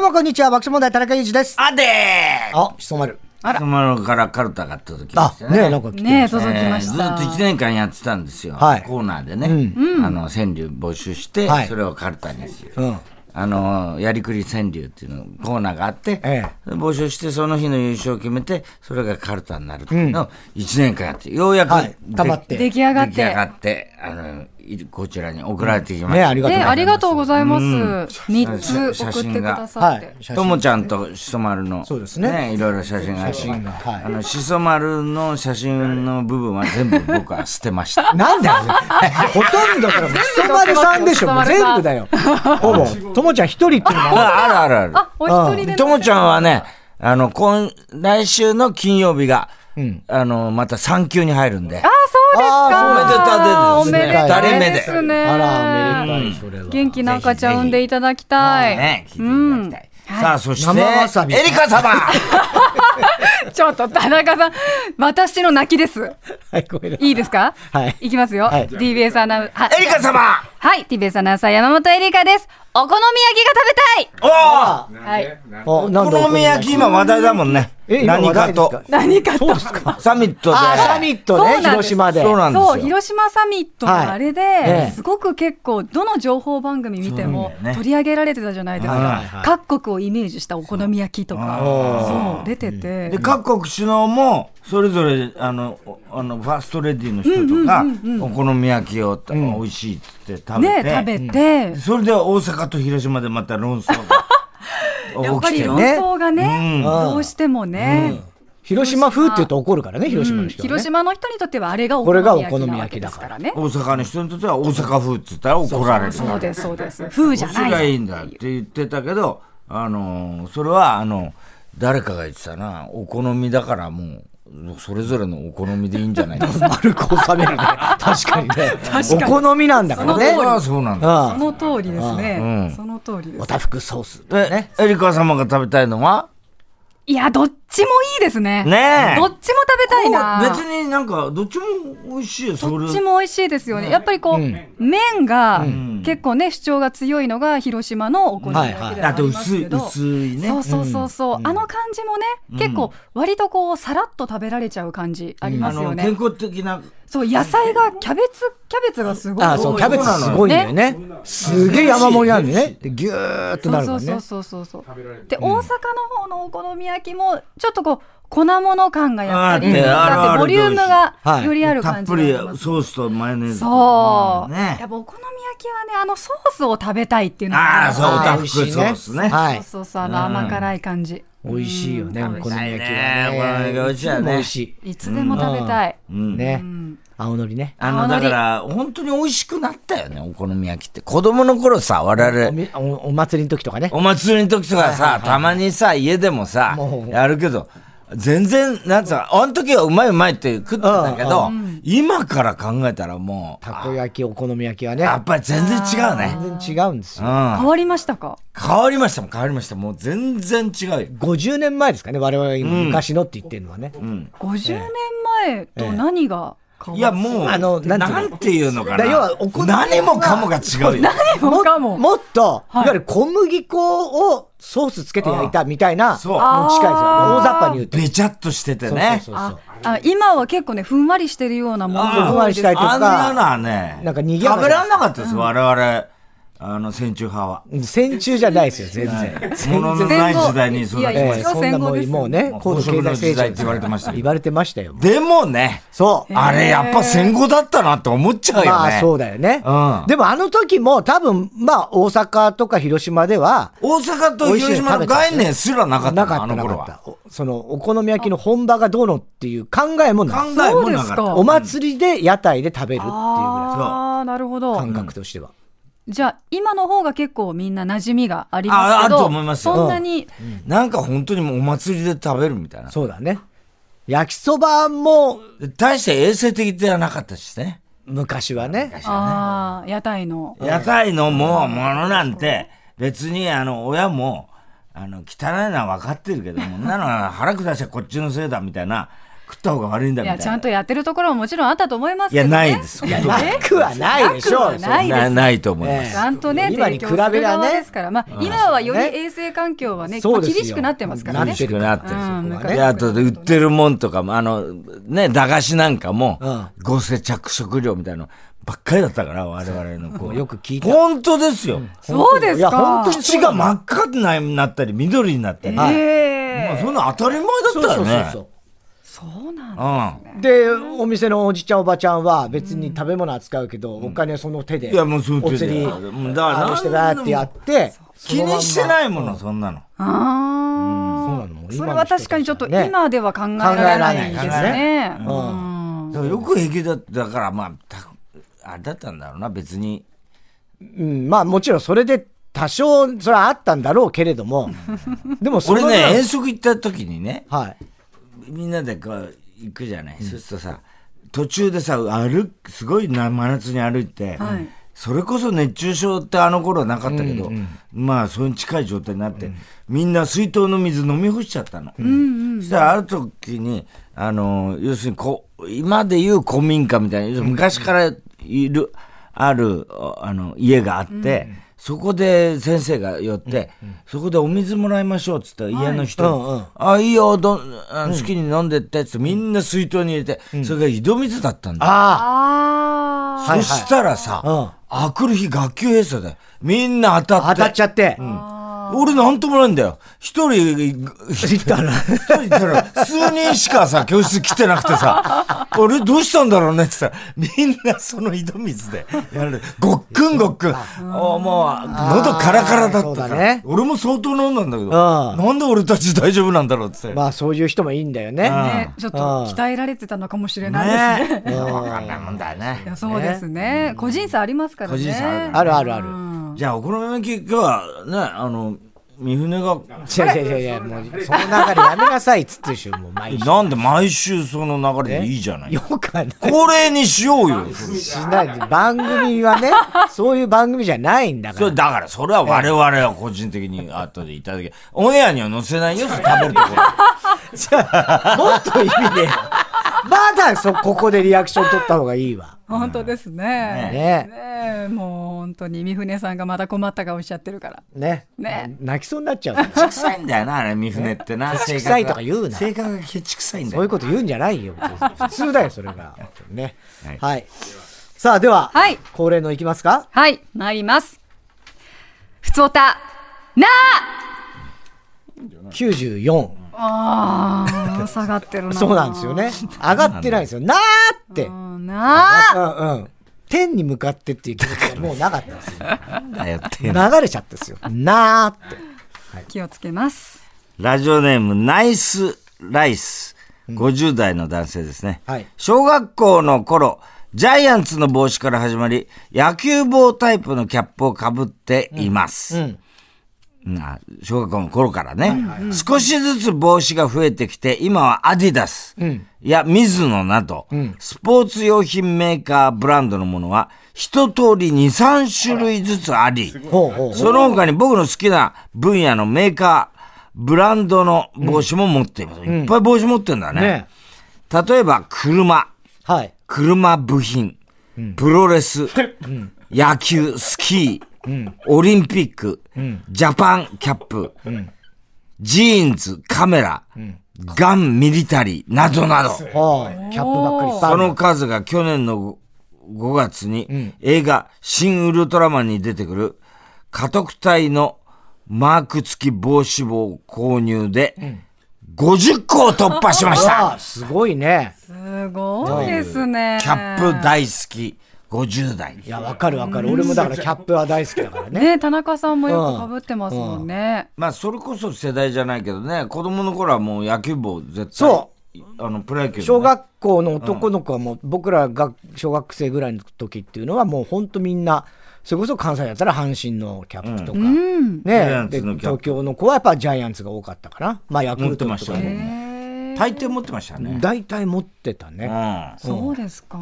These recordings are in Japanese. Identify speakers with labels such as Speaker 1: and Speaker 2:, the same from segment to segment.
Speaker 1: もこんにちは、爆笑問題田中裕二です。
Speaker 2: あでー
Speaker 1: あ、ひそまる。
Speaker 2: あら。そのからカルタが届きま
Speaker 1: あ
Speaker 2: し、た
Speaker 1: ね
Speaker 2: ね。
Speaker 1: え、なんか来て
Speaker 3: ねえ、
Speaker 1: ます。
Speaker 3: 届きま
Speaker 2: ず
Speaker 3: し
Speaker 2: っと
Speaker 3: た。
Speaker 2: 1年間やってたんですよ。
Speaker 1: はい
Speaker 2: コーナーでね。あの、川柳募集して、
Speaker 1: はい
Speaker 2: それをカルタにする。
Speaker 1: うん。
Speaker 2: あの、やりくり川柳っていうのコーナーがあって、
Speaker 1: え
Speaker 2: 募集してその日の優勝を決めて、それがカルタになるっていうのを1年間やって、ようやく、
Speaker 1: はい
Speaker 2: で
Speaker 1: 溜まって
Speaker 3: 出来上がっ
Speaker 2: 出来上が
Speaker 3: て。
Speaker 2: って、あの、いこちらに送られてきま
Speaker 1: ねえ、
Speaker 2: した。
Speaker 1: ありがとうご
Speaker 3: ね、
Speaker 1: ざ
Speaker 3: あ
Speaker 1: い
Speaker 3: りがとうございます。3
Speaker 2: 写
Speaker 3: つ
Speaker 2: 写
Speaker 3: 送って
Speaker 2: 真
Speaker 3: く
Speaker 2: が
Speaker 3: だ
Speaker 1: ます。
Speaker 3: さっ
Speaker 1: は
Speaker 3: て
Speaker 1: い。。
Speaker 2: ともちゃんとしそ丸の。
Speaker 1: そうですね
Speaker 2: いろいろ写真がある
Speaker 1: 写真がはい
Speaker 2: あの、しそ丸の写真の部分は全部僕は捨てました。
Speaker 1: なんだよ、それほとんどから、ひそまるさんでしょ、もう全部だよ。ほぼ。ともちゃん一人っていうの
Speaker 2: あ
Speaker 1: は、
Speaker 2: あるあるある。
Speaker 3: あ、お一人で。
Speaker 2: ともちゃんはね、あの、今、来週の金曜日が、
Speaker 1: ん
Speaker 2: あの、また産休に入るんで
Speaker 3: あ、。そうですか。
Speaker 2: あーおめでたでですね
Speaker 3: おめでたいですね。
Speaker 1: あら、めでたい、それは。
Speaker 3: 元気な赤ちゃん産んでいただきたい。
Speaker 2: ね、聞いていただきたい。さあ、そして、
Speaker 1: 生わさび
Speaker 2: エリカ様
Speaker 3: ちょっと田中さん、私の泣きです。
Speaker 1: はい、ごめんなさい
Speaker 3: いいですか
Speaker 1: はい
Speaker 3: いきますよ。
Speaker 1: はい
Speaker 3: TBS アナウンサー。
Speaker 2: エリカ様
Speaker 3: はい、TBS アナウンサー山本エリカです。お好み焼きが食
Speaker 2: お
Speaker 3: べたいはい。
Speaker 1: おなん
Speaker 2: お
Speaker 1: で
Speaker 2: 好み焼き今話題だもんね。
Speaker 1: え今
Speaker 2: 何か
Speaker 1: 話題
Speaker 2: と
Speaker 1: で。
Speaker 3: 何かと。
Speaker 2: サミットで。
Speaker 1: あー、サミット
Speaker 3: そうな
Speaker 1: ね、
Speaker 3: んです
Speaker 1: 広島で。
Speaker 2: そうなんですよ
Speaker 3: そう、広島サミットの
Speaker 1: はい
Speaker 3: あれで、
Speaker 1: ええ
Speaker 3: すごく結構、どの情報番組見ても
Speaker 2: そうなんだよね
Speaker 3: 取り上げられてたじゃないです
Speaker 2: はいは
Speaker 3: か
Speaker 2: い。
Speaker 3: 各国をイメージしたお好み焼きとか、そう、出てて
Speaker 2: で。各国首脳もそれぞれあのおあのファーストレディーの人とか、お好み焼きを、美味しいっつって食べて,、
Speaker 3: ね、食べて、
Speaker 2: それで大阪と広島でまた論争
Speaker 3: や
Speaker 2: が
Speaker 3: っぱ
Speaker 2: 起き
Speaker 3: り
Speaker 2: て
Speaker 3: 論
Speaker 2: ね。
Speaker 3: 争がね、どうしてもね。
Speaker 1: 広島風って言うと怒るからね、広島の人はね。
Speaker 3: 広島の人にとってはあれがお
Speaker 1: これがお
Speaker 3: 好
Speaker 1: 好
Speaker 3: み
Speaker 1: み
Speaker 3: 焼き
Speaker 1: 焼き
Speaker 3: で
Speaker 1: だ
Speaker 3: す
Speaker 1: か
Speaker 3: からね。
Speaker 2: 大阪の人にとっては大阪風っつったら怒られるから
Speaker 3: そうです、そうです。風じゃ
Speaker 2: こっちが
Speaker 3: ないい。
Speaker 2: いんだって言ってたけど、あのーそれはあの誰かが言ってたなお好みだからもうそれぞれのお好みでいいんじゃない ですか
Speaker 1: 丸く収めるね。確かにね。お好みなんだから
Speaker 2: そ
Speaker 1: ね
Speaker 2: れ。はそうなんだ
Speaker 1: う
Speaker 3: そ
Speaker 1: ん。
Speaker 3: の通りですね。その通りで
Speaker 1: お
Speaker 3: す。
Speaker 1: たふくソース。
Speaker 2: え、エリカ様が食べたいのはい
Speaker 3: や、どっちもいいですね。
Speaker 2: ねえ
Speaker 3: どっちも食べたいな。
Speaker 2: 別になんかどっちも美味しいよそれ
Speaker 3: どっちも美味しいですよね。やっぱりこう、麺が結構ね、主張が強いのが広島のお好み焼きでは
Speaker 2: あ
Speaker 3: あり
Speaker 2: と
Speaker 3: ます
Speaker 2: 薄い
Speaker 3: けど。
Speaker 2: 薄いね
Speaker 3: そうそうそうそう、あの感じもね、結構割とこうさらっと食べられちゃう感じあり
Speaker 2: あ
Speaker 3: ますよ
Speaker 2: の
Speaker 3: ね。
Speaker 2: 健康的な
Speaker 3: そう野菜がキャベツキャベツがすごい多い。
Speaker 1: あ、そう、キャベツすごいんだよね。すげえ山盛りなんでね。で、ぎゅーっとなる
Speaker 3: そ
Speaker 1: も
Speaker 3: うんそ
Speaker 1: ね
Speaker 3: う。そうそうそう。で、大阪の方のお好み焼きもちょっとこう粉物感がやっぱ
Speaker 2: あー
Speaker 3: り
Speaker 2: ね
Speaker 3: だ
Speaker 2: あるあ
Speaker 3: って
Speaker 2: る
Speaker 3: ボリュームが
Speaker 1: はい
Speaker 3: よりある
Speaker 2: たっ
Speaker 3: 感じ
Speaker 2: ぷ
Speaker 3: が
Speaker 2: り
Speaker 3: あります
Speaker 2: ソースとマヨネーズ
Speaker 3: そう、
Speaker 2: ね
Speaker 3: やっぱお好み焼きはねあのソースを食べたいっていうのが
Speaker 2: ああ
Speaker 3: る
Speaker 2: そう
Speaker 3: か
Speaker 2: お
Speaker 3: ら
Speaker 2: たふくソースね
Speaker 1: は
Speaker 3: そう
Speaker 1: い。
Speaker 3: そうそうあの甘辛い感じ、
Speaker 1: 美味しいよね、お好み焼きは
Speaker 2: 美味しいねお好み
Speaker 1: ね。
Speaker 2: 焼き美味しいよね
Speaker 1: 美味しい。
Speaker 3: いつでも食べたい、
Speaker 1: ね。青のりね。
Speaker 2: あの
Speaker 3: 青の
Speaker 2: だ
Speaker 3: り
Speaker 2: から本当に美味しくなったよねお好み焼きって子供の頃さ我
Speaker 1: お
Speaker 2: 々
Speaker 1: みおお祭りの時とかね。
Speaker 2: お祭りの時とかさたまにさ家でもさ
Speaker 1: もう
Speaker 2: やるけど全然なんつうのあの時はうまいうまいって食ってたけど今から考えたらもう
Speaker 1: たこ焼き、お好み焼きはね。
Speaker 2: やっぱり全然違うね
Speaker 1: 全然違うんですよ。
Speaker 2: うん
Speaker 3: 変わりましたか
Speaker 2: 変わりましたもん変わりましたもう全然違うよ
Speaker 1: 50年前ですかね、我々が今昔のって言ってるのはね。
Speaker 3: 50年前と何が変わ
Speaker 2: い
Speaker 3: りま
Speaker 2: や
Speaker 3: した
Speaker 2: もう
Speaker 1: あの
Speaker 2: な
Speaker 1: なんんていうの
Speaker 2: ていうのかな
Speaker 1: だ要はお好み焼きは
Speaker 2: 何もかもが 違うよ
Speaker 3: そうかも
Speaker 1: もっと、い
Speaker 3: い、
Speaker 1: わゆる小麦粉をソースつけて焼いたみたいな、
Speaker 2: そう
Speaker 1: もう近いですよ。
Speaker 3: あー
Speaker 1: 大雑把に言うと。
Speaker 2: べちゃっとしててね
Speaker 1: そうそうそう
Speaker 3: ああ今は結構ねふんわりしてるようなものが多いです
Speaker 1: あーふんわりしたいとか
Speaker 2: あんなのはね
Speaker 1: なんか賑やか
Speaker 2: 食
Speaker 1: な
Speaker 2: べられなかったです我々あの戦中派は
Speaker 1: うん戦中じゃないですよ、全然。
Speaker 2: もののない時代に育ちま
Speaker 3: いや
Speaker 2: し
Speaker 3: い
Speaker 1: ええ
Speaker 3: や
Speaker 2: た
Speaker 1: そんなも
Speaker 3: 戦後で
Speaker 1: う
Speaker 3: す
Speaker 1: もうね、高度経済成長
Speaker 2: 飽食の時代って言われてましたけど
Speaker 1: 言われてましたよ。
Speaker 2: でもね
Speaker 1: そう。
Speaker 2: あれやっぱ戦後だったなって思っちゃうよね
Speaker 1: まあそうだよね
Speaker 2: うん。
Speaker 1: でもあの時も多分、まあ大阪とか広島では、
Speaker 2: 大阪と広島の概念すらなかった
Speaker 1: な
Speaker 2: の
Speaker 1: か
Speaker 2: あ
Speaker 1: った
Speaker 2: の
Speaker 1: な
Speaker 2: 頃
Speaker 1: かっ
Speaker 2: は
Speaker 1: た。おそのお好み焼きの本場がどうのっていう考えも
Speaker 2: 考
Speaker 1: ない。
Speaker 2: えも
Speaker 3: そうで
Speaker 2: な
Speaker 3: す
Speaker 2: かった
Speaker 3: か
Speaker 1: お祭りで屋台で食べるっていうぐらい。
Speaker 3: ああなるほど
Speaker 1: 感覚としては。
Speaker 3: じゃあ今の方が結構みんな馴染みがありますけど
Speaker 2: ああると思いますよ
Speaker 3: そんなに、
Speaker 2: なんか本当にもうお祭りで食べるみたいな
Speaker 1: そうだね。焼きそばも
Speaker 2: で大して衛生的ではなかったしね
Speaker 1: 昔はね。
Speaker 3: ああ屋台の
Speaker 2: 屋台のもうものなんて別にあの親もあの汚いのは分かってるけどもそんなのは腹下しゃこっちのせいだみたいな食った方が悪いんだみた
Speaker 3: い
Speaker 2: い
Speaker 3: や
Speaker 2: な。
Speaker 3: ちゃんとやってるところももちろんあったと思います
Speaker 2: い
Speaker 3: けど
Speaker 2: や、
Speaker 3: ね
Speaker 2: ないです。
Speaker 3: いや
Speaker 2: 本当
Speaker 3: ね
Speaker 1: なくはないでしょう。
Speaker 3: なくはないです
Speaker 2: なないと思います。
Speaker 3: ちゃんとね、
Speaker 1: 今に比
Speaker 3: 提供
Speaker 1: べ
Speaker 3: する
Speaker 1: りゃね
Speaker 3: 側ですから、まあ、今はより
Speaker 1: ね
Speaker 3: 衛生環境はね、
Speaker 1: そうですよ
Speaker 3: 厳しくなってますから
Speaker 1: な
Speaker 3: ね
Speaker 1: っ。て
Speaker 2: し
Speaker 1: る
Speaker 2: くなってる
Speaker 3: うん
Speaker 2: そこは
Speaker 1: 昔
Speaker 2: で、あとで売ってるもんとかも、あの、ね、駄菓子なんかも、
Speaker 1: うん
Speaker 2: 合成着色料みたいなのばっかりだったから、我々の子は。
Speaker 1: よく聞いた
Speaker 2: 本当ですよ。
Speaker 3: そうですか。
Speaker 1: いや本当に
Speaker 2: 口が真っ赤になったり、緑になったり。
Speaker 1: はい
Speaker 3: え
Speaker 2: まあ
Speaker 3: え
Speaker 2: そんな当たり前
Speaker 1: そう
Speaker 2: だった
Speaker 1: そ
Speaker 2: よ
Speaker 1: う
Speaker 2: ね。
Speaker 1: そうそう。
Speaker 3: そうなんだ。
Speaker 2: う
Speaker 1: で、お店のおじちゃんおばちゃんは別に食べ物扱うけど、お金はその手で、
Speaker 2: ん。いや、もうその
Speaker 1: お
Speaker 2: 手
Speaker 1: 釣
Speaker 2: で。
Speaker 1: り、
Speaker 2: だ
Speaker 1: あ
Speaker 2: から
Speaker 1: のしてだーってやって、
Speaker 2: 気にしてない
Speaker 1: もん。
Speaker 2: もの、そんなの。
Speaker 1: そうな
Speaker 3: あ
Speaker 1: の
Speaker 3: あ。それは確かにちょっと
Speaker 1: 今の人たちはね
Speaker 3: 今では考えられないで
Speaker 1: 考
Speaker 3: す
Speaker 1: えられ
Speaker 3: ね。
Speaker 1: う
Speaker 2: だからよく平気だっただから、まあた、あれだったんだろうな、別に。
Speaker 1: うん、まあもちろんそれで多少、それはあったんだろうけれども、でもそれ
Speaker 2: 俺ね、遠足行った時にね、
Speaker 1: はい。
Speaker 2: みんなでこう行くじゃない、そうするとさ途中でさ歩くすごいな真夏に歩いて、
Speaker 3: はい
Speaker 2: それこそ熱中症ってあの頃はなかったけど、まあそれに近い状態になって、みんな水筒の水飲み干しちゃったの、そしたらある時にあの要するにこ今でいう古民家みたいな要するに昔からいる、あるあの家があって、そこで先生が寄って、そこでお水もらいましょうっつって家の人に、
Speaker 1: うんうん
Speaker 2: あ、いいよ、どん、あの好きに飲んでって、つってみんな水筒に入れて、それが井戸水だったんだ。
Speaker 1: あ
Speaker 3: あ
Speaker 2: そ
Speaker 3: あ。
Speaker 2: したらさ、あくる日学級閉鎖で、みんな当た
Speaker 1: あ、
Speaker 2: って。
Speaker 1: 当たっちゃって、
Speaker 2: 俺なんともないんだよ。一人、一
Speaker 1: たら
Speaker 2: 人いたら、数人しかさ、教室来てなくてさ、俺どうしたんだろうねってさ、みんなその井戸水でやられて、ごっくんごっくん。おもう、喉カラカラだっ
Speaker 1: そう
Speaker 2: た
Speaker 1: だ
Speaker 2: から
Speaker 1: ね。
Speaker 2: 俺も相当飲んだんだけど、
Speaker 1: ん
Speaker 2: なんで俺たち大丈夫なんだろうってさ。
Speaker 1: まあそういう人もいいんだよね。
Speaker 2: うん
Speaker 3: ね、ちょっと鍛えられてたのかもしれないですね。
Speaker 2: ねえ。わかんない もんだよ
Speaker 3: いや
Speaker 2: ね。
Speaker 3: そうですね。個人差ありますからね。
Speaker 2: 個人差ある
Speaker 1: あるあるある。
Speaker 2: じゃあ、お好み焼き、今日はね、あの、三船
Speaker 1: 違
Speaker 2: が、
Speaker 1: う違う違う違う、もうその中でやめなさいっつってるでしょ、もう毎日。
Speaker 2: なんで毎週その流れでいいじゃない
Speaker 1: よ。くはない。
Speaker 2: 恒例にしようよ。
Speaker 1: しないで番組はね、そういう番組じゃないんだか
Speaker 2: そ
Speaker 1: ら
Speaker 2: れ。だから、それは我々は個人的に後でいただけ。オンエアには載せないよ、それ食べるとこ
Speaker 1: もっと意味ねえよ。まだそ、ここでリアクション取った方がいいわ。
Speaker 3: 本当ですね。
Speaker 1: ね
Speaker 3: ねえもう本当に三船さんがまだ困った顔しちゃってるから。
Speaker 1: ね。
Speaker 3: ね
Speaker 1: 泣きそうになっちゃうから。
Speaker 2: ろ。臭いんだよな、あれ、三船ってな。 性格が
Speaker 1: 臭いとか言うな
Speaker 2: 性格がケチ臭いんだ
Speaker 1: そういう
Speaker 2: よ。
Speaker 1: こと言うんじゃないよ。普通だよ、それが。ね。
Speaker 2: はい
Speaker 1: はい。さあ、では、
Speaker 3: はい
Speaker 1: 恒例のいきますか
Speaker 3: はい、参ります。ふつおた、な
Speaker 1: ?94。
Speaker 3: ああー、下がってるな。
Speaker 1: そうなんですよね。上がってないんですよ。なーって
Speaker 3: う。ん。なあ、
Speaker 1: うんうん。天に向かってっていう気持ちがもうなかったんですよ。
Speaker 2: だよって
Speaker 1: 流れちゃったんですよ。なーって。
Speaker 3: 気をつけます。
Speaker 2: ラジオネーム、ナイスライス。50代の男性ですね。
Speaker 1: はい
Speaker 2: 小学校の頃、ジャイアンツの帽子から始まり、野球帽タイプのキャップをかぶっています。
Speaker 1: うん。
Speaker 2: な小学校の頃からね、少しずつ帽子が増えてきて、今はアディダス、いやミズノなど、スポーツ用品メーカーブランドのものは、一通り2、3種類ずつあり、
Speaker 1: ほうほう。
Speaker 2: その他に僕の好きな分野のメーカー、ブランドの帽子も持っています。いっぱい帽子持ってんだね。
Speaker 1: ね
Speaker 2: 例えば、車、
Speaker 1: はい。
Speaker 2: 車部品、プロレス、野球、スキー、オリンピック、ジャパンキャップ、ジーンズ、カメラ、ガンミリタリー、などなど。
Speaker 1: ほう。キャップばっかりいっぱいあ
Speaker 2: そ
Speaker 1: る
Speaker 2: の数が去年の5月に映画「新ウルトラマン」に出てくる家督隊のマーク付き帽子棒を購入で50個を突破しまし
Speaker 1: あ
Speaker 2: た
Speaker 1: あ、すごいね。
Speaker 3: すごいですね。
Speaker 2: キャップ大好き50代
Speaker 1: いや、わかるわかる。俺もだからキャップは大好きだからね。
Speaker 3: ね田中さんもよくかぶってますもんね。
Speaker 2: まあそれこそ世代じゃないけどね子供の頃はもう野球帽絶対
Speaker 1: そ
Speaker 2: あのプロ野球のね
Speaker 1: 小学校の男の子はもう、僕らが小学生ぐらいの時っていうのはもうほんとみんな、それこそ関西だったら阪神のキャップとか、
Speaker 3: うん。
Speaker 2: ジャイア
Speaker 1: ね
Speaker 2: ン
Speaker 1: で
Speaker 2: ツのキャッ
Speaker 1: 東
Speaker 2: プ
Speaker 1: 京の子はやっぱジャイアンツが多かったかな。まあヤク
Speaker 2: 持っ
Speaker 1: ル
Speaker 2: て
Speaker 1: ト
Speaker 2: ま
Speaker 1: と
Speaker 2: した
Speaker 1: か
Speaker 2: ね
Speaker 1: ね。
Speaker 2: 大抵持ってましたね
Speaker 1: 大体持ってた
Speaker 2: う
Speaker 1: ね。
Speaker 2: ん
Speaker 3: そうですか。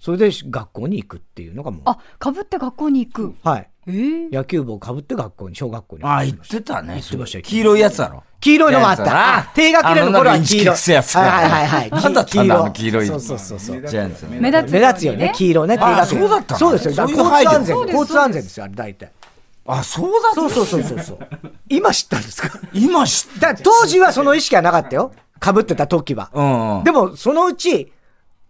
Speaker 1: それで学校に行くっていうのがもう。
Speaker 3: あ、かぶって学校に行く。
Speaker 1: はい。野球帽かぶって学校に小学校に
Speaker 2: あ、言ってたね。
Speaker 1: てましたよ
Speaker 2: 黄色いやつだろ。
Speaker 1: 黄色いのがあった
Speaker 2: いやいや
Speaker 1: あ低学年の頃は黄
Speaker 2: あのなんかインチキ
Speaker 1: 色
Speaker 2: くせえやつ
Speaker 1: はいはいはい
Speaker 2: なんだったんだあの黄色い
Speaker 1: そうそうそうそう
Speaker 2: ジャイアンツの
Speaker 3: 目立つ
Speaker 1: 目立つよね黄色ね低
Speaker 2: あ
Speaker 1: 学年
Speaker 2: そうだったの
Speaker 1: そうですよだから交通安全
Speaker 2: そう
Speaker 3: です
Speaker 1: 交通安全ですよあれ大体
Speaker 2: あ、そうだった
Speaker 1: そうそうそうそうそう今知ったんですか
Speaker 2: 今知っ
Speaker 1: だから当時はその意識はなかったよかぶってた時は
Speaker 2: た。うんうん。
Speaker 1: でもそのうち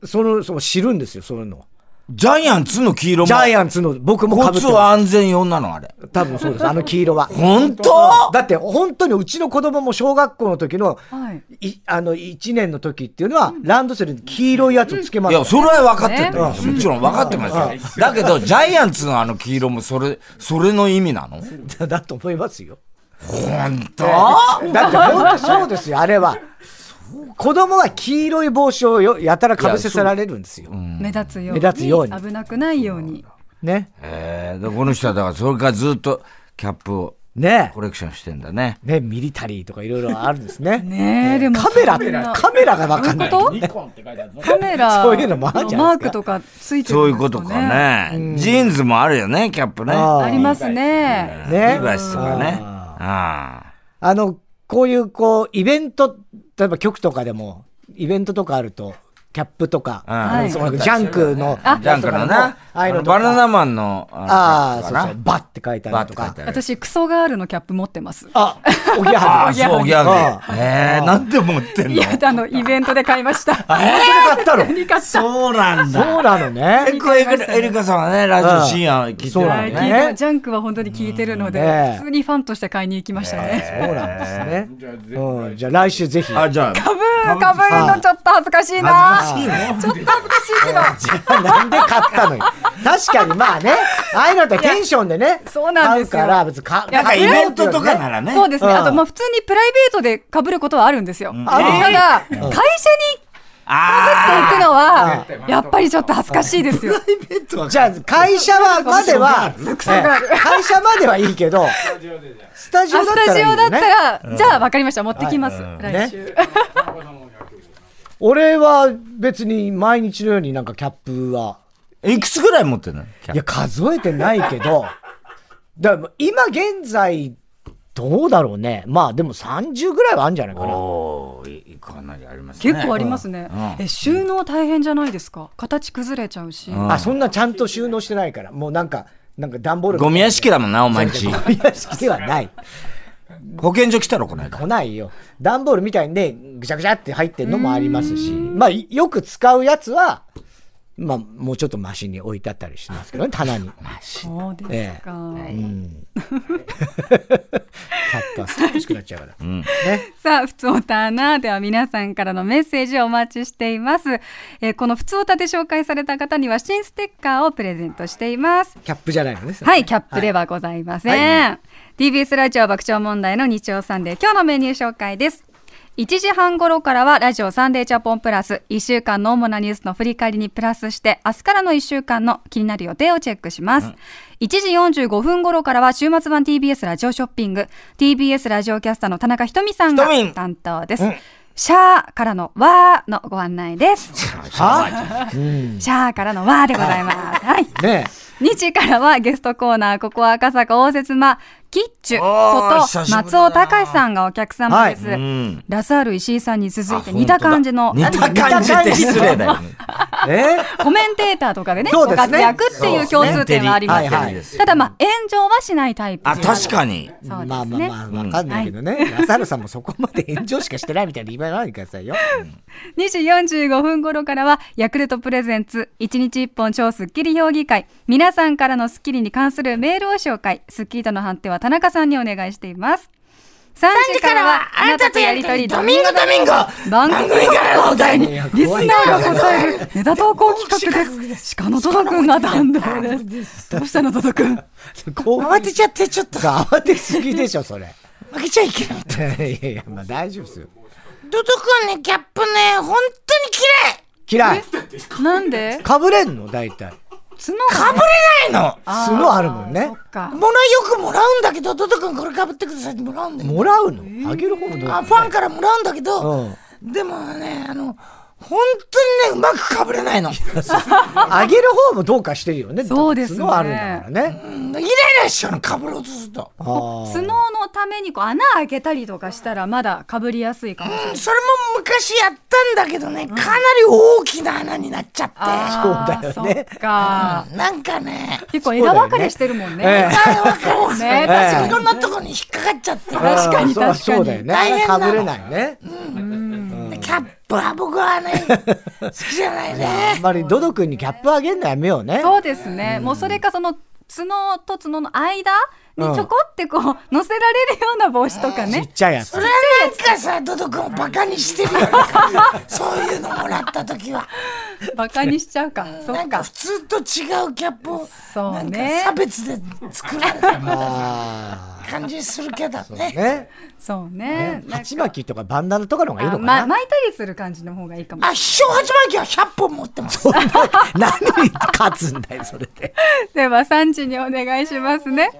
Speaker 1: そのその知るんですよそういうのは
Speaker 2: ジャイアンツの黄色も。
Speaker 1: ジャイアンツの僕もかぶ
Speaker 2: 交
Speaker 1: って
Speaker 2: 通
Speaker 1: ま
Speaker 2: 安全用なのあれ。
Speaker 1: す多分そうですあの黄色は
Speaker 2: 本当
Speaker 1: だって本当にうちの子供も小学校の時の
Speaker 3: はい。
Speaker 1: いあの1年の時っていうのは、ランドセルに黄色いやつをつけま
Speaker 2: い
Speaker 1: す、
Speaker 2: や、それは分かってたよ。
Speaker 1: ね
Speaker 2: もちろん分かってましたよ。だけど、ジャイアンツのあの黄色もそれ、それの意味なの
Speaker 1: だだと思いますよ。
Speaker 2: 本当
Speaker 1: だって本当そうですよ、あれは。子供は黄色い帽子をよやたらかぶせられるんですよ。
Speaker 3: 目立つように。
Speaker 1: 目立つように
Speaker 3: 危なくないように。
Speaker 1: ね。
Speaker 2: えー、でこの人はだから、それからずっとキャップを
Speaker 1: ね
Speaker 2: コレクションしてんだね。
Speaker 1: ね、ミリタリーとかいろいろあるんですね。
Speaker 3: ねえ、でも。
Speaker 1: カメラ、
Speaker 3: そんな
Speaker 1: カメラがわかんない。
Speaker 3: どういうことカメラ。
Speaker 1: そういうのもあるじゃな
Speaker 3: マ
Speaker 1: い
Speaker 3: ー
Speaker 1: ですか
Speaker 3: クとかついてる
Speaker 2: そういうん
Speaker 3: で
Speaker 2: こ
Speaker 3: す
Speaker 2: とかね。ジーンズもあるよね、キャップね。
Speaker 1: あー
Speaker 3: ありますね。
Speaker 1: ね
Speaker 2: リバイスとかね。
Speaker 1: あ
Speaker 2: ああ。
Speaker 1: あの、こういうこう、イベント、例えば局とかでも、イベントとかあると、キャップとか、
Speaker 2: うん
Speaker 1: あのそのジャンクの、
Speaker 3: あ
Speaker 2: ジャンクのな、
Speaker 1: ああいうのとか
Speaker 2: バナナマンの、あ
Speaker 1: あ
Speaker 2: の
Speaker 1: あ、
Speaker 2: キャップ
Speaker 1: そう
Speaker 2: かな
Speaker 1: そう、バッって書いてあ
Speaker 2: バ
Speaker 1: る
Speaker 2: ッ
Speaker 1: と
Speaker 2: て書い
Speaker 1: か
Speaker 2: て。ある。
Speaker 3: 私、クソガールのキャップ持ってます。
Speaker 1: あ、おぎや
Speaker 2: あ
Speaker 1: は
Speaker 2: あ、
Speaker 1: ぎ。
Speaker 2: そう、ギャ
Speaker 1: あ
Speaker 2: グ。えー、なんで持ってん
Speaker 3: い
Speaker 2: の
Speaker 3: や、あの、イベントで買いました。
Speaker 1: あ、本当に買ったの
Speaker 3: 何買った
Speaker 2: そうなんだ。
Speaker 1: そうなのね。
Speaker 2: 結構エリカエリカさんはね、ラジオ深夜聞いて
Speaker 1: そ
Speaker 2: る
Speaker 1: う
Speaker 2: わ
Speaker 1: な
Speaker 3: は
Speaker 1: ん
Speaker 2: け
Speaker 3: い
Speaker 1: だ
Speaker 2: ね。
Speaker 1: ね
Speaker 3: 聞いてジャンクは本当に聞いてるので、
Speaker 1: ねえ
Speaker 3: 普通にファンとして買いに行きましたね。
Speaker 1: そうなんですね。うん、じゃあ来週ぜひ。
Speaker 2: あ、じゃあ、
Speaker 3: かぶー、かぶるのちょっと恥ずかしいな。
Speaker 2: 恥ずかしいの
Speaker 1: なんで買ったのよ。確かにまあね、ああいうのってテンションでね、
Speaker 3: そうなんですよ
Speaker 1: 買うから別にか、
Speaker 3: いや
Speaker 2: なんかイベントとかな
Speaker 1: ら。
Speaker 2: らね。
Speaker 3: そうですね。
Speaker 1: うん
Speaker 3: あと、まあ、普通にプライベートで被ることはあるんですよ。ただ、
Speaker 1: あ
Speaker 3: 会社に行
Speaker 2: あ
Speaker 3: くのは、やっぱりちょっと恥ずかしいですよ。
Speaker 1: じゃあ会社はまで は、ね会社まではいいけど、スタジ
Speaker 3: あ
Speaker 1: オだ
Speaker 3: ス
Speaker 1: った
Speaker 3: タ
Speaker 1: らい
Speaker 3: ジ
Speaker 1: いよ
Speaker 3: オだっ
Speaker 1: ね。
Speaker 3: たら、じゃあ分かりました。持ってきます。来週。
Speaker 1: 俺は別に毎日のようになんかキャップは、
Speaker 2: あ、いくつぐらい持ってんの
Speaker 1: いや数えてないけど、 だから今現在どうだろうね。まあでも30ぐらいはあるんじゃないかな。
Speaker 2: おー、いかなりありますね。
Speaker 3: 結構ありますね
Speaker 2: ん。
Speaker 3: え、収納大変じゃないですか。形崩れちゃうし。
Speaker 1: あ、そんなちゃんと収納してないから。もうなんか、なんか段ボール
Speaker 2: ゴミ屋敷だもんな、お前ん ち。
Speaker 1: ゴミ屋敷ではない。
Speaker 2: 保健所来たろ、この間。
Speaker 1: 来ないよ。段ボールみたいにね、ぐちゃぐちゃって入ってるのもありますし。まあ、いよく使うやつは、まあ、もうちょっとマシに置いてあったりしますけどね、棚 に。
Speaker 3: そうですか。
Speaker 1: 買ったら欲しくなっちゃうから。ね。
Speaker 3: さあ、ふつおたなでは皆さんからのメッセージをお待ちしています。えーこのふつおたで紹介された方には新ステッカーをプレゼントしています。
Speaker 1: キャップじゃないのね。それ
Speaker 3: はい、キャップではございません。TBS ラジオ爆笑問題の日曜サンデー、今日のメニュー紹介です。1時半頃からはラジオサンデーチャポンプラス、1週間の主なニュースの振り返りにプラスして、明日からの1週間の気になる予定をチェックします。1時45分頃からは週末版 TBS ラジオショッピング、TBS ラジオキャスターの田中ひとみさんが
Speaker 2: ひとみん
Speaker 3: 担当です。シャーからのわーのご案内です。シャーからのわーでございます。はい。
Speaker 1: ね
Speaker 3: 2時からはゲストコーナー、ここは赤坂応接間、キッチュ
Speaker 2: おー
Speaker 3: こ
Speaker 2: 久
Speaker 3: と
Speaker 2: しぶり
Speaker 3: 松
Speaker 2: だな
Speaker 3: 尾隆さんがお客様です。
Speaker 1: は
Speaker 2: うん。
Speaker 3: ラサール石井さんに続い
Speaker 2: あ
Speaker 3: て似た感じの、
Speaker 2: 本当だ似た感じって失礼だよね。
Speaker 1: え。え
Speaker 3: コメンテーターとかでね、
Speaker 1: そうです
Speaker 3: ご活
Speaker 1: ね
Speaker 3: 躍っていう共通点はありますよ
Speaker 1: そう
Speaker 2: ですね
Speaker 3: ただまあ、炎上はしないタイプ。
Speaker 2: あ、確かに。
Speaker 3: そうですね。
Speaker 1: まあまあまあ、わかんないけどね。ラサールさんもそこまで炎上しかしてないみたいに言わないでください よ。
Speaker 3: 2時45分頃からは、ヤクルトプレゼンツ、1日1本超スッキリ評議会、皆さんからのスッキリに関するメールを紹介、スッキリとの判定は田中さんにお願いしています。3時からは、あなたとやりとり、ドミンゴドミンゴ番組からのお題に、リスナーが答える、ネタ投稿企画です。鹿のトド君が担当です。どうしたの、トド君。
Speaker 1: 慌てちゃってちょっと慌てすぎでしょそれ 負けちゃいけないいやいやまあ大丈夫ですよ
Speaker 4: ドド君ね、キャップね、本当に嫌い
Speaker 1: 嫌い
Speaker 3: なんで
Speaker 1: かぶれんの大体
Speaker 3: 角が
Speaker 2: ないの
Speaker 1: 角あるもんね
Speaker 3: そっか。
Speaker 4: もらいよくもらうんだけど、ドド君これかぶってくださいってもらうんだよ。
Speaker 1: もらうのあげる方もどう
Speaker 4: あ、ファンからもらうんだけど、
Speaker 1: うん
Speaker 4: でもね、あの、
Speaker 2: 本当にね、うまくかぶれないの。
Speaker 1: あげる方もどうかしてるよね。
Speaker 3: そうですね
Speaker 1: 角あるんだからね。
Speaker 2: イライラしちゃうの、かぶろうとすると。
Speaker 1: あー
Speaker 3: 角のためにこう穴開けたりとかしたらまだかぶりやすいかもしれない。
Speaker 4: それも昔やったんだけどね、かなり大きな穴になっちゃって。
Speaker 3: ああ、
Speaker 1: そうだよね
Speaker 3: そっか。
Speaker 4: なんかね、
Speaker 3: 結構枝分かれしてるもんね。
Speaker 1: ええ
Speaker 4: あわかる。
Speaker 3: ね
Speaker 1: え
Speaker 4: いろんなとこに引っかかっちゃって。
Speaker 3: 確かに確かに
Speaker 1: そうそうだよね。あ
Speaker 4: 大
Speaker 1: れ
Speaker 4: 変
Speaker 1: か
Speaker 4: なの
Speaker 1: ぶれないね。
Speaker 4: キャップは僕はね、好きじゃない
Speaker 1: あ
Speaker 4: ね。
Speaker 1: んまりドド君にギャップあげるのやめようね。
Speaker 3: そうですね、もうそれかその角と角の間にちょこってこう乗せられるような帽子とか
Speaker 1: ち
Speaker 3: ね
Speaker 1: っ、ちゃいやつ
Speaker 4: そ。れはなんかさ、ドド君をバカにしてるよね。そういうのもらった時は。
Speaker 3: バカにしちゃうか、そ
Speaker 4: な
Speaker 3: うん
Speaker 4: か
Speaker 3: か
Speaker 4: 普通と違うキャップを、
Speaker 3: そう
Speaker 4: なんか
Speaker 3: ね
Speaker 4: 差別で作られた
Speaker 1: あ
Speaker 4: 感じするけど
Speaker 1: あ。
Speaker 4: ね。
Speaker 1: ね。
Speaker 3: そうねなんか
Speaker 1: 鉢巻きとかバンダナとかの方がいいの
Speaker 3: あ
Speaker 1: か
Speaker 3: ま
Speaker 1: な。
Speaker 3: 巻いたりする感じの方がいいかも
Speaker 4: あ、必勝八幡旗は100本持ってます。
Speaker 1: 何に勝つんだよ、それで。
Speaker 3: では3時にお願いしますね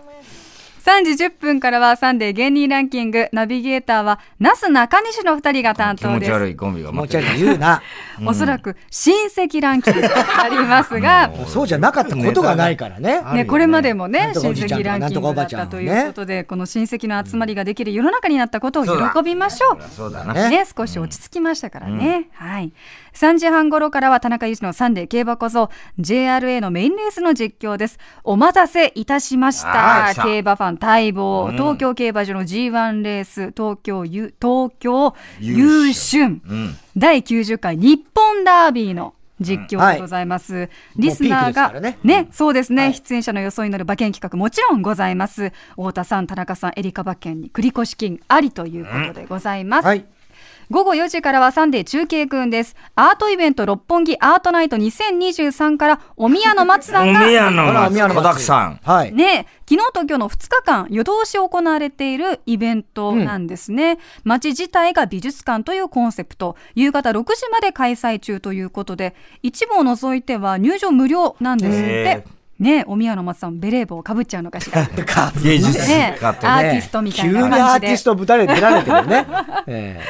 Speaker 3: 3時10分からはサンデー芸人ランキングナビゲーターはなすなかにしの2人が担
Speaker 2: 気
Speaker 3: 当
Speaker 2: 持
Speaker 3: で
Speaker 2: ち
Speaker 3: す
Speaker 2: 悪いコンビが
Speaker 1: も
Speaker 2: 待
Speaker 1: う
Speaker 2: っ
Speaker 1: ちょ
Speaker 2: て
Speaker 1: い
Speaker 2: る。
Speaker 1: 言うな。
Speaker 3: おそらく親戚ランキングがありますが、
Speaker 1: そうじゃなかったことがないからね。
Speaker 2: あるよ
Speaker 3: ね、
Speaker 2: ね
Speaker 3: これまでも
Speaker 1: な
Speaker 3: ね
Speaker 1: んとか
Speaker 3: 親
Speaker 1: おじいちゃん
Speaker 3: 戚
Speaker 1: とか
Speaker 3: ランキングだったということで、この親戚の集まりができる世の中になったことを喜びましょう。
Speaker 2: そうだな。
Speaker 1: だ
Speaker 3: ね、少し落ち着きましたからね、はい3時半頃からは田中由紀の「サンデー競馬こそ JRA のメインレースの実況ですお待たせいたしまし
Speaker 2: あー
Speaker 3: た
Speaker 2: 来た
Speaker 3: 競馬ファン待望、東京競馬場の G1 レース東京ゆ東京優
Speaker 2: 優
Speaker 3: 春、
Speaker 2: うん。
Speaker 3: 第90回日本ダービーの実況でございます。リスナーが、
Speaker 1: もうピークですからね
Speaker 3: そうですね、出演者の予想に乗る馬券企画もちろんございます。太田さん、田中さん、エリカ馬券に繰越金ありということでございます。
Speaker 1: はい。
Speaker 3: 午後4時からはサンデー中継くんです。アートイベント六本木アートナイト2023からお宮野松さ
Speaker 2: お
Speaker 3: んが
Speaker 2: 宮
Speaker 1: あ
Speaker 2: の
Speaker 1: ら
Speaker 2: 松
Speaker 1: 宮野
Speaker 2: 子
Speaker 1: 松
Speaker 2: だくさん。
Speaker 1: はい。
Speaker 3: ね、昨日と今日の2日間夜通し行われているイベントなんですね、街自体が美術館というコンセプト夕方6時まで開催中ということで一部を除いては入場無料なんですって
Speaker 2: へ、
Speaker 3: ね、お宮の松さんベレー帽かぶっちゃうのかしら、ね、
Speaker 2: 芸術家
Speaker 3: ア
Speaker 2: と
Speaker 3: ー
Speaker 2: ね。
Speaker 3: ティストみた
Speaker 1: 急
Speaker 3: い
Speaker 1: に
Speaker 3: な感じで
Speaker 1: アーティストぶたれ出られてる ね。え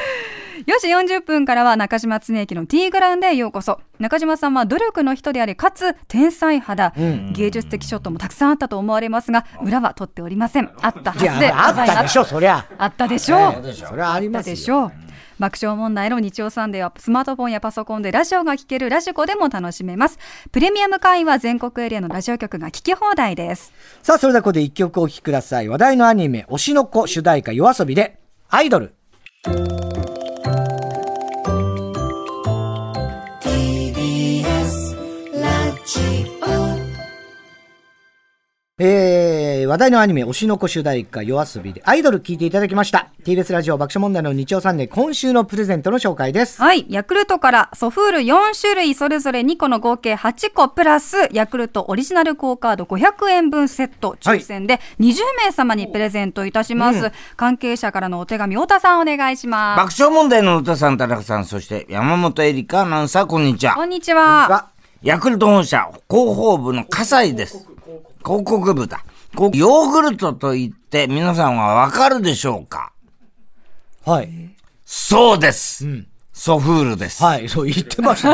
Speaker 3: 4時40分からは中島恒之の T グラウンドへようこそ中島さんは努力の人でありかつ天才肌、芸術的ショットもたくさんあったと思われますが裏は取っておりませんあったは
Speaker 1: え
Speaker 3: ず
Speaker 1: じ
Speaker 3: で
Speaker 1: ゃあ、あったでしょ、そりゃ。
Speaker 3: あったでしょう、
Speaker 1: それはあり
Speaker 3: だ
Speaker 1: ます
Speaker 3: で
Speaker 1: よ。
Speaker 3: しょう。爆笑問題の日曜サンデーはスマートフォンやパソコンでラジオが聴けるラジコでも楽しめます。プレミアム会員は全国エリアのラジオ局が聴き放題です。
Speaker 1: さあ、それではここで一曲お聴きください。話題のアニメ、推しの子主題歌、夜遊びで、アイドル。えー、話題のアニメ、推しの子主題歌、夜遊びで、アイドル聴いていただきました。TBS ラジオ爆笑問題の日曜サンデー、今週のプレゼントの紹介です。
Speaker 3: はい。ヤクルトからソフール4種類それぞれ2個の合計8個プラスヤクルトオリジナルクオカード500円分セット抽選で20名様にプレゼントいたします。関係者からのお手紙、太田さんお願いします。
Speaker 2: 爆笑問題の歌さん、田中さん、そして山本エリカアナウンサー、こんにちは。
Speaker 3: こんにちは。
Speaker 1: が、
Speaker 2: ヤクルト本社広報部の葛西です。広告部だ。こうヨーグルトと言って皆さんはわかるでしょうか
Speaker 1: はい。
Speaker 2: そうです、ソフールです。
Speaker 1: はい、そう言ってま した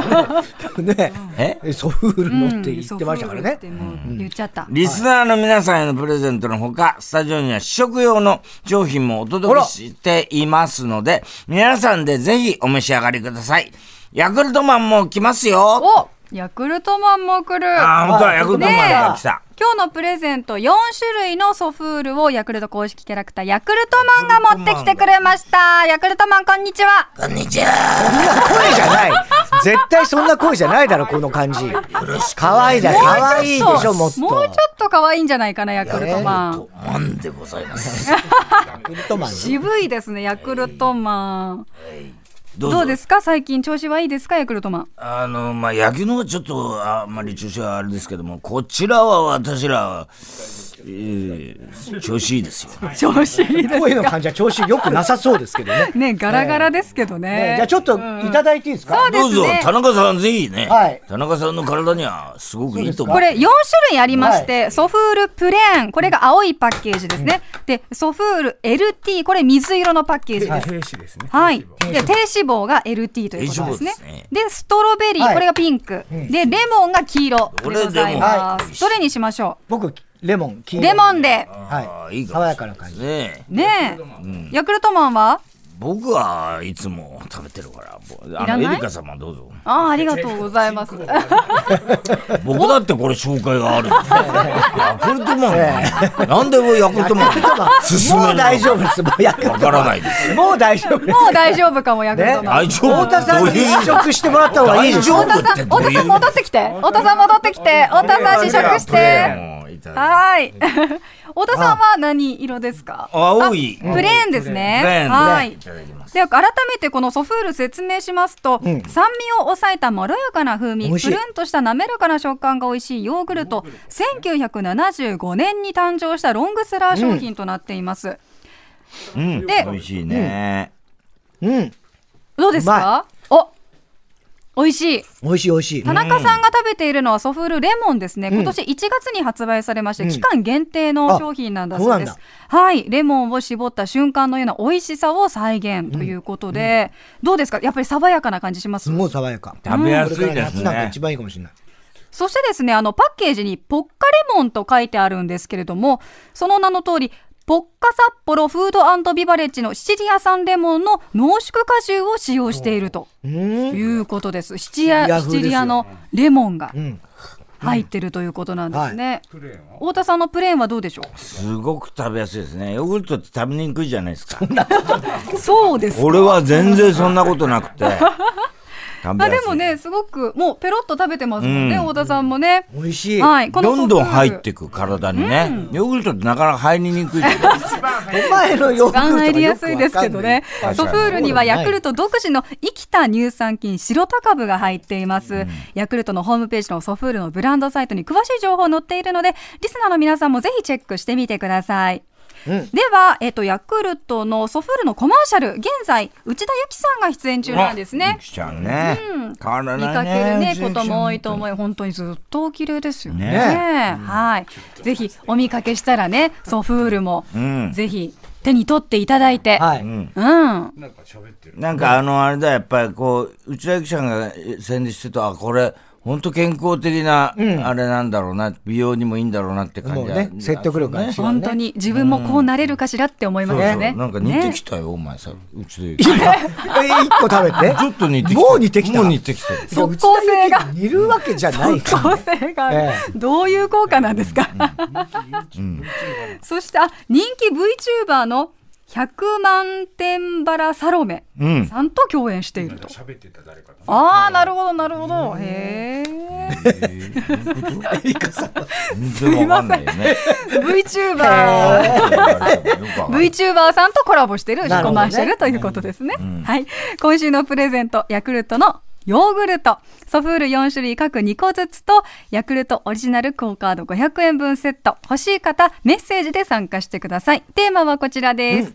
Speaker 1: ね。ね
Speaker 2: え
Speaker 1: えソフール
Speaker 3: う
Speaker 1: の
Speaker 3: ん
Speaker 1: って言ってましたからね。
Speaker 3: ソフールってもう言っちゃった。
Speaker 2: リスナーの皆さんへのプレゼントのほか、スタジオには試食用の商品もお届けしていますので、皆さんでぜひお召し上がりください。ヤクルトマンも来ますよ。
Speaker 3: おヤクルトマンも来る。
Speaker 2: ああ、本当だ、
Speaker 1: あ
Speaker 2: ヤクルトマンが来た。
Speaker 3: 今日のプレゼント4種類のソフールをヤクルト公式キャラクターヤクルトマンが持ってきてくれましたヤクルトマンこんにちは
Speaker 4: こんにちは。
Speaker 1: そんな声じゃない。絶対そんな声じゃないだろ、この感じ。可愛いじゃん。可愛いでしょ、もっと。
Speaker 3: もうちょっと可愛いんじゃないかなヤクルトマン
Speaker 2: マンでございます。
Speaker 1: ウルトマンね
Speaker 3: 渋いですねヤクルトマン
Speaker 2: どう
Speaker 3: ど
Speaker 2: ぞ
Speaker 3: うですか最近調子はいいですかヤクルトマン
Speaker 2: あの、まあ、野球の方はちょっと、ああんまり中止はあれですけども、こちらは私らは、ええ調子いいですよ。
Speaker 3: 調子いいで す
Speaker 1: 声の感じは調子良くなさそうですけ どね。
Speaker 3: ねガラガラですけどね
Speaker 1: ねじゃあちょっといただいていいですか、
Speaker 3: そうです
Speaker 2: どうぞ
Speaker 3: ね、
Speaker 2: 田中さんぜひね、
Speaker 1: はい
Speaker 2: 田中さんの体にはすごくいいと思う。
Speaker 3: これ4種類ありまして、ソフールプレーンこれが青いパッケージですね、でソフール LT これ水色のパッケージです、
Speaker 5: 兵士ですね。
Speaker 3: はい、で低脂肪が LT ということで
Speaker 2: 低脂肪
Speaker 3: すね
Speaker 2: ですね
Speaker 3: でストロベリー、
Speaker 1: はい
Speaker 3: これがピンク、でレモンが黄色で
Speaker 2: これ
Speaker 3: ございま
Speaker 2: レモン
Speaker 3: すどれにしましょ
Speaker 1: 僕、レモン、黄
Speaker 3: う
Speaker 1: 色
Speaker 3: レモンで
Speaker 2: あ
Speaker 1: は
Speaker 2: あ
Speaker 1: い。
Speaker 2: いい
Speaker 1: 爽や
Speaker 2: か
Speaker 1: か
Speaker 2: も
Speaker 1: な感
Speaker 2: し
Speaker 1: じ。
Speaker 2: れないですね。
Speaker 3: ねえ、ヤクルトマンは
Speaker 2: 僕はいつも食べてるから、ぼ
Speaker 3: いら
Speaker 2: あ
Speaker 3: ない
Speaker 2: のエリカ様どうぞ。
Speaker 3: ああありがとうござ います
Speaker 2: 僕だってこれ紹介がある。 ヤクルトマンが、なんでもヤクルトマン
Speaker 1: ヤクルトマン
Speaker 2: 進め
Speaker 1: も
Speaker 2: る
Speaker 1: う
Speaker 2: の
Speaker 1: 大丈夫です。もうヤクルト
Speaker 2: わからない です。
Speaker 1: もう大丈夫です。
Speaker 3: もう大丈夫かもヤクルトマ
Speaker 2: 大
Speaker 3: ン、
Speaker 2: 丈夫
Speaker 1: 太田さん
Speaker 2: どう
Speaker 1: に
Speaker 2: いう意
Speaker 1: 試
Speaker 2: 味
Speaker 1: 食してもらった方がいいですよ。
Speaker 2: 大丈
Speaker 3: 太田さん、
Speaker 2: どう
Speaker 3: 太
Speaker 2: いう
Speaker 3: 田
Speaker 2: 意
Speaker 3: さん
Speaker 2: 味
Speaker 3: 戻ってきて、太田さん戻ってきて、太田さん試食して。
Speaker 2: もういただいて
Speaker 3: はい。 太田さんは何色ですか。
Speaker 2: 青い
Speaker 3: あプレーンですね。
Speaker 2: プレーンで
Speaker 3: はい。
Speaker 2: いただきます。
Speaker 3: で改めてこのソフール説明しますと、酸味を抑えたまろやかな風味
Speaker 1: 美味しい
Speaker 3: プルンとした滑らかな食感が美味しいヨーグルト1975年に誕生したロングセラー商品となっています、
Speaker 2: うん、
Speaker 3: で
Speaker 2: 美味しいね。
Speaker 1: うん。
Speaker 3: どうですかお美味しい
Speaker 1: 美味しい美味しい
Speaker 3: 田。中さんが食べているのはソフールレモンですね、今年1月に発売されまして、期間限定の商品なんだそうで
Speaker 1: あ
Speaker 3: す
Speaker 1: そ
Speaker 3: はいレモンを絞った瞬間のような美味しさを再現ということで、どうですかやっぱり爽やかな感じします
Speaker 1: すごい爽やか。
Speaker 2: 食べやすいですね
Speaker 1: これから夏なんか一番いいかもしれない。
Speaker 3: そしてですねあのパッケージにポッカレモンと書いてあるんですけれどもその名の通りポッカ札幌フードビバレッジのシチリア産レモンの濃縮果汁を使用していると
Speaker 1: うん。
Speaker 3: いうことです。シチリ
Speaker 1: シ
Speaker 3: ア
Speaker 1: チリア風
Speaker 3: シ
Speaker 1: です
Speaker 3: チ
Speaker 1: よ
Speaker 3: リアのレモンが
Speaker 1: ん
Speaker 3: 入ってるということなんですね。太田さんのプレーンはどうでしょ
Speaker 2: すごく食べやすいですね。ヨーグルトって食べにくいじゃないですか。
Speaker 3: う。そうです。
Speaker 2: 俺は全然そんなことなく て。食べ
Speaker 3: あ
Speaker 2: やすい
Speaker 3: でも、ねすごくもうペロッと食べてますもんね、
Speaker 2: うん
Speaker 3: 太田さんもね。
Speaker 1: 美味しい。
Speaker 3: はい。この
Speaker 2: どんどん
Speaker 3: ソフト
Speaker 2: 入
Speaker 3: ル
Speaker 2: ってく体にね、ヨーグルトってなかなか入りにくいじゃないですか。
Speaker 1: お前のヨーグルトが
Speaker 3: 一番入りや
Speaker 1: よく
Speaker 3: す
Speaker 1: わかんない
Speaker 3: いですけどね。ソフールにはヤクルト独自の生きた乳酸菌白タ株が入っています、ヤクルトのホームページのソフールのブランドサイトに詳しい情報載っているので、リスナーの皆さんもぜひチェックしてみてください。では、えっと、ヤクルトのソフールのコマーシャル、現在、内田有紀さんが出演中なんです ね
Speaker 2: ゆ。きちゃんね。変わら
Speaker 3: 見
Speaker 2: な
Speaker 3: か
Speaker 2: い
Speaker 3: け
Speaker 2: ね。
Speaker 3: るね
Speaker 2: うち
Speaker 3: ことも多いと思い本当にずっとお綺麗ですよね
Speaker 2: ね
Speaker 3: はいぜひお見かけしたらねソフールも、
Speaker 2: ん
Speaker 3: ぜひ手に取っていただいて、
Speaker 1: はい。
Speaker 3: うん
Speaker 2: なんかあの、あれだ、やっぱりこう、内田ゆきちゃんが宣伝してた、あ、これ、本当健康的な、あれなんだろうな、美容にもいいんだろうなって感じ
Speaker 1: もう
Speaker 2: は
Speaker 1: ね、説得力が違うね。
Speaker 3: 本当に自分もこうなれるかしらって思いま
Speaker 2: そう
Speaker 3: す
Speaker 2: そう
Speaker 3: よね
Speaker 2: なんか似て
Speaker 3: ね
Speaker 2: きたよ、お前さ、内田ゆきちゃん。
Speaker 1: え、一個食べて。
Speaker 2: ちょっと似てきた。
Speaker 1: もう似てきた。
Speaker 2: もう似てきた。
Speaker 3: 即効性が
Speaker 1: 似るわけじゃないか
Speaker 3: 即
Speaker 1: ら
Speaker 3: 効性が
Speaker 1: え
Speaker 3: どういう効果なんですか、そしてあ人気 VTuber の100万点バラサロメ
Speaker 2: うん。
Speaker 3: さんと共演していると。ああ、なるほど、なるほど。へえ。
Speaker 2: 全然わかんないよね。
Speaker 3: VTuber。
Speaker 2: V
Speaker 3: VTuber さんとコラボしてる
Speaker 1: なる
Speaker 3: コ
Speaker 1: ほどね
Speaker 3: マーシャルということですね。はい。今週のプレゼント、ヤクルトのヨーグルト、ソフール4種類各2個ずつと、ヤクルトオリジナルクオカード500円分セット。欲しい方、メッセージで参加してください。テーマはこちらです。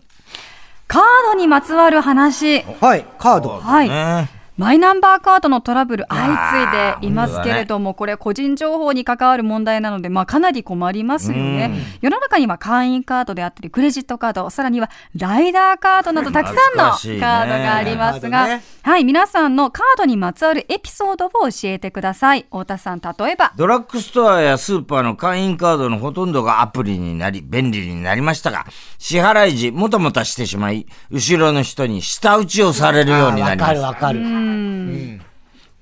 Speaker 3: カードにまつわる話。
Speaker 1: はい、カード。
Speaker 3: はい。
Speaker 2: ね。
Speaker 3: マイナンバーカードのトラブル相次いでいますけれども、これ個人情報に関わる問題なので、まあ、かなり困りますよね。世の中には会員カードであったり、クレジットカード、さらにはライダーカードなどたくさんの
Speaker 2: 懐
Speaker 3: カ
Speaker 2: かしい
Speaker 3: ード
Speaker 2: ね
Speaker 3: があります
Speaker 1: カー
Speaker 3: が、
Speaker 1: ドね
Speaker 3: はい、皆さんのカードにまつわるエピソードを教えてください。太田さん、例えば。
Speaker 2: ドラッグストアやスーパーの会員カードのほとんどがアプリになり便利になりましたが、支払い時もたもたしてしまい、後ろの人に舌打ちをされるようにな
Speaker 1: わ
Speaker 2: りま
Speaker 1: か
Speaker 2: し
Speaker 1: る
Speaker 2: た。
Speaker 1: わかる。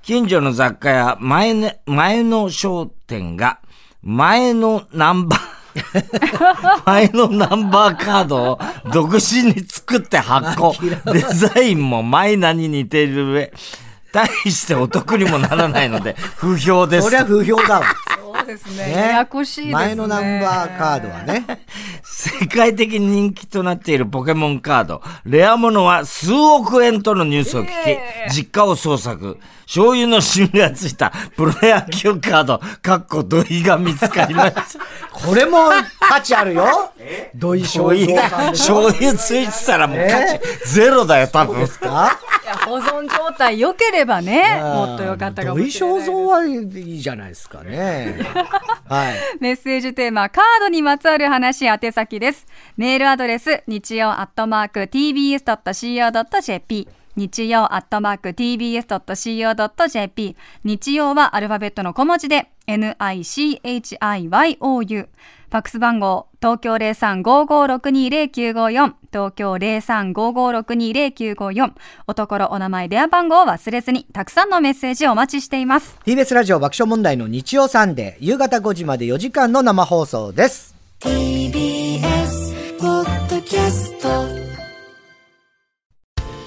Speaker 2: 近所の雑貨や前,、ね、前の商店が前のナン バー前のナンバーカードを独自に作って発行。デザインもマイナに似ている上、大してお得にもならないので、不評です
Speaker 1: そり。ゃ不評 だわ。
Speaker 3: そうですね
Speaker 1: ね
Speaker 3: ややこしいですね。
Speaker 1: 前のナンバーカードはね。
Speaker 2: 世界的に人気となっているポケモンカード、レアものは数億円とのニュースを聞き、実家を捜索、醤油の染みがついたプロ野球カード、かっこ土井が見つかりました。
Speaker 1: これも価値あるよ。 土井
Speaker 2: 醤
Speaker 1: 正一
Speaker 2: 油
Speaker 1: さん、です
Speaker 2: 醤油ついてたらもう価値ゼロだよ、多分。
Speaker 1: か。
Speaker 3: いや保存状態良ければね、 もっと良かったかもしれない
Speaker 1: 土
Speaker 3: で
Speaker 1: 井正
Speaker 3: す。
Speaker 1: 蔵はいいじゃないですかね。はい。
Speaker 3: メッセージテーマ、カードにまつわる話、宛先です。メールアドレス、日曜アットマーク tbs.co.jp。日曜アットマーク tbs.co.jp。日曜はアルファベットの小文字で、nichiou。ファックス番号、東京0355620954。東京0355620954。おところお名前、電話番号を忘れずに、たくさんのメッセージをお待ちしています。
Speaker 1: TBS ラジオ爆笑問題の日曜サンデー、夕方5時まで4時間の生放送です。
Speaker 4: TBS ポッドキャスト